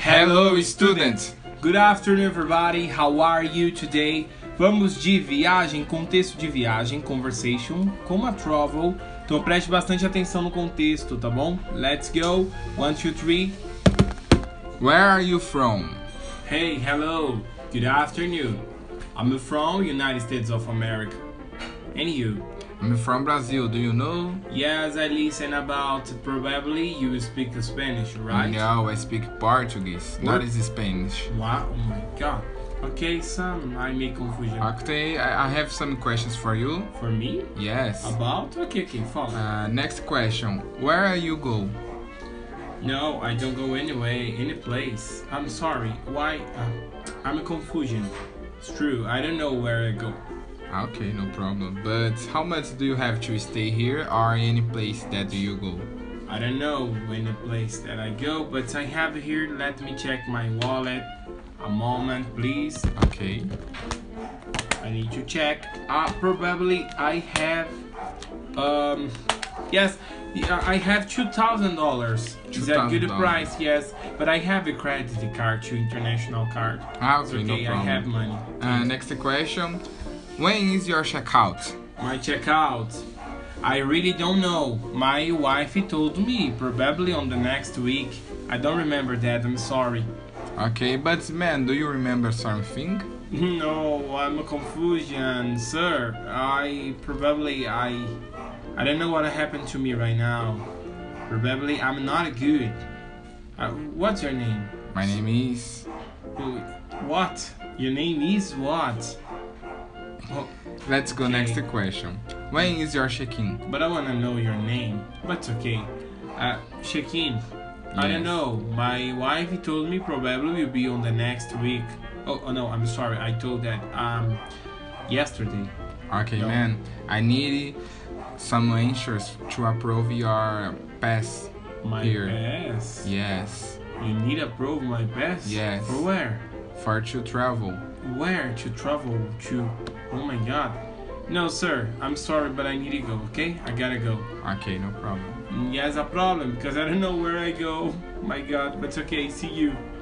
Hello, student. Good afternoon, everybody. How are you today? Vamos de viagem, contexto de viagem, conversation, com a travel. Então preste bastante atenção no contexto, tá bom? Let's go. One, two, three. Where are you from? Hey, hello. Good afternoon. I'm from United States of America. And you? I'm from Brazil. Do you know? Yes, I listen about probably you speak Spanish, right? No, I speak Portuguese, not What? Spanish. Wow, oh my god. Okay, Sam, I may confusion. Okay, I I have some questions for you. For me? Yes. About? Okay, okay, follow. Uh, next question. Where are you go? No, I don't go anyway, any place. I'm sorry. Why? Uh, I'm a confusion. It's true. I don't know where I go. Okay, no problem. But how much do you have to stay here or any place that do you go? I don't know any place that I go, but I have here. Let me check my wallet. A moment, please. Okay. I need to check. Uh, probably I have. Um, yes, yeah, I have two thousand dollars. Is that good $2,000. price? Yes, but I have a credit card, to international card. Ah, It's okay, no okay. I problem. have money. Uh, next question. When is your checkout? My checkout. I really don't know. My wife told me probably on the next week. I don't remember that. I'm sorry. Okay, but man, do you remember something? No, I'm a confusion, sir. I probably I I don't know what happened to me right now. Probably I'm not good. Uh, what's your name? My name is. Who- What? Your name is what? Oh, Let's go Okay. next question. When is your check-in? but I wanna know your name. But okay. Uh, Shakin. I don't Yes. know. My wife told me probably will be on the next week. Oh, oh no, I'm sorry. I told that um yesterday. Okay, No. man. I need some answers to approve your pass. My Here. pass. Yes, You need approve my pass. Yes. For where? for to travel. Where to travel to? Oh my god. No, sir. I'm sorry, but I need to go. Okay, I gotta go. Mm, Okay, no problem. Yes, a problem because I don't know where I go. My god, but it's okay. See you.